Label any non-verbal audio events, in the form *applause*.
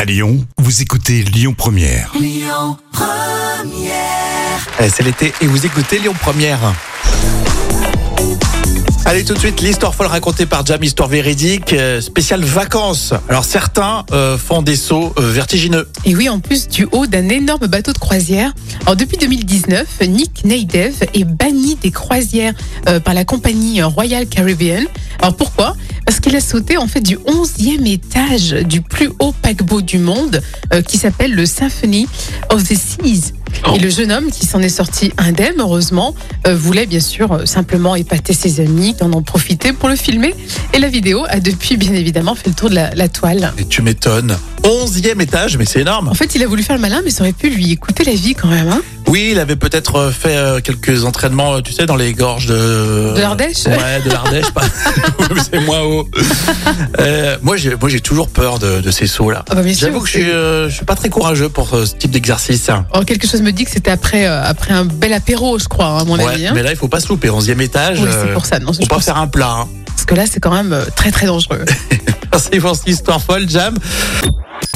À Lyon, vous écoutez Lyon Première. Eh, C'est l'été et vous écoutez Lyon Première. Allez tout de suite, l'histoire folle racontée par Jam, histoire véridique, euh, spéciale vacances. Alors certains euh, font des sauts euh, vertigineux. Et oui, en plus du haut d'un énorme bateau de croisière. Alors depuis 2019, Nick Naydev est banni des croisières euh, par la compagnie Royal Caribbean. Alors pourquoi Parce qu'il a sauté en fait du 11e étage du plus haut paquebot du monde euh, qui s'appelle le Symphony of the Seas. Oh. Et le jeune homme qui s'en est sorti indemne, heureusement, euh, voulait bien sûr euh, simplement épater ses amis, qui en ont profité pour le filmer. Et la vidéo a depuis bien évidemment fait le tour de la- la toile. Et tu m'étonnes. Onzième étage, mais c'est énorme. En fait, il a voulu faire le malin, mais ça aurait pu lui coûter la vie quand même. Hein Oui, il avait peut-être euh, fait euh, quelques entraînements, euh, tu sais, dans les gorges de... De l'Ardèche Ouais, de l'Ardèche, pas... *laughs* c'est moins haut. Euh, moi, j'ai moi, j'ai toujours peur de, de ces sauts-là. Ah bah, bien sûr, J'avoue que je suis, euh, je suis pas très courageux pour euh, ce type d'exercice. hein. Alors, quelque chose me dit que c'était après, euh, après un bel apéro, je crois, hein, à mon Ouais, avis. hein. Mais là, il faut pas se louper. 11 étage, Oui, euh, c'est pour ça. Non, je faut pas pense- faire un plat. hein. *laughs* Parce que là, c'est quand même euh, très, très dangereux. Merci pour cette histoire folle, Jam.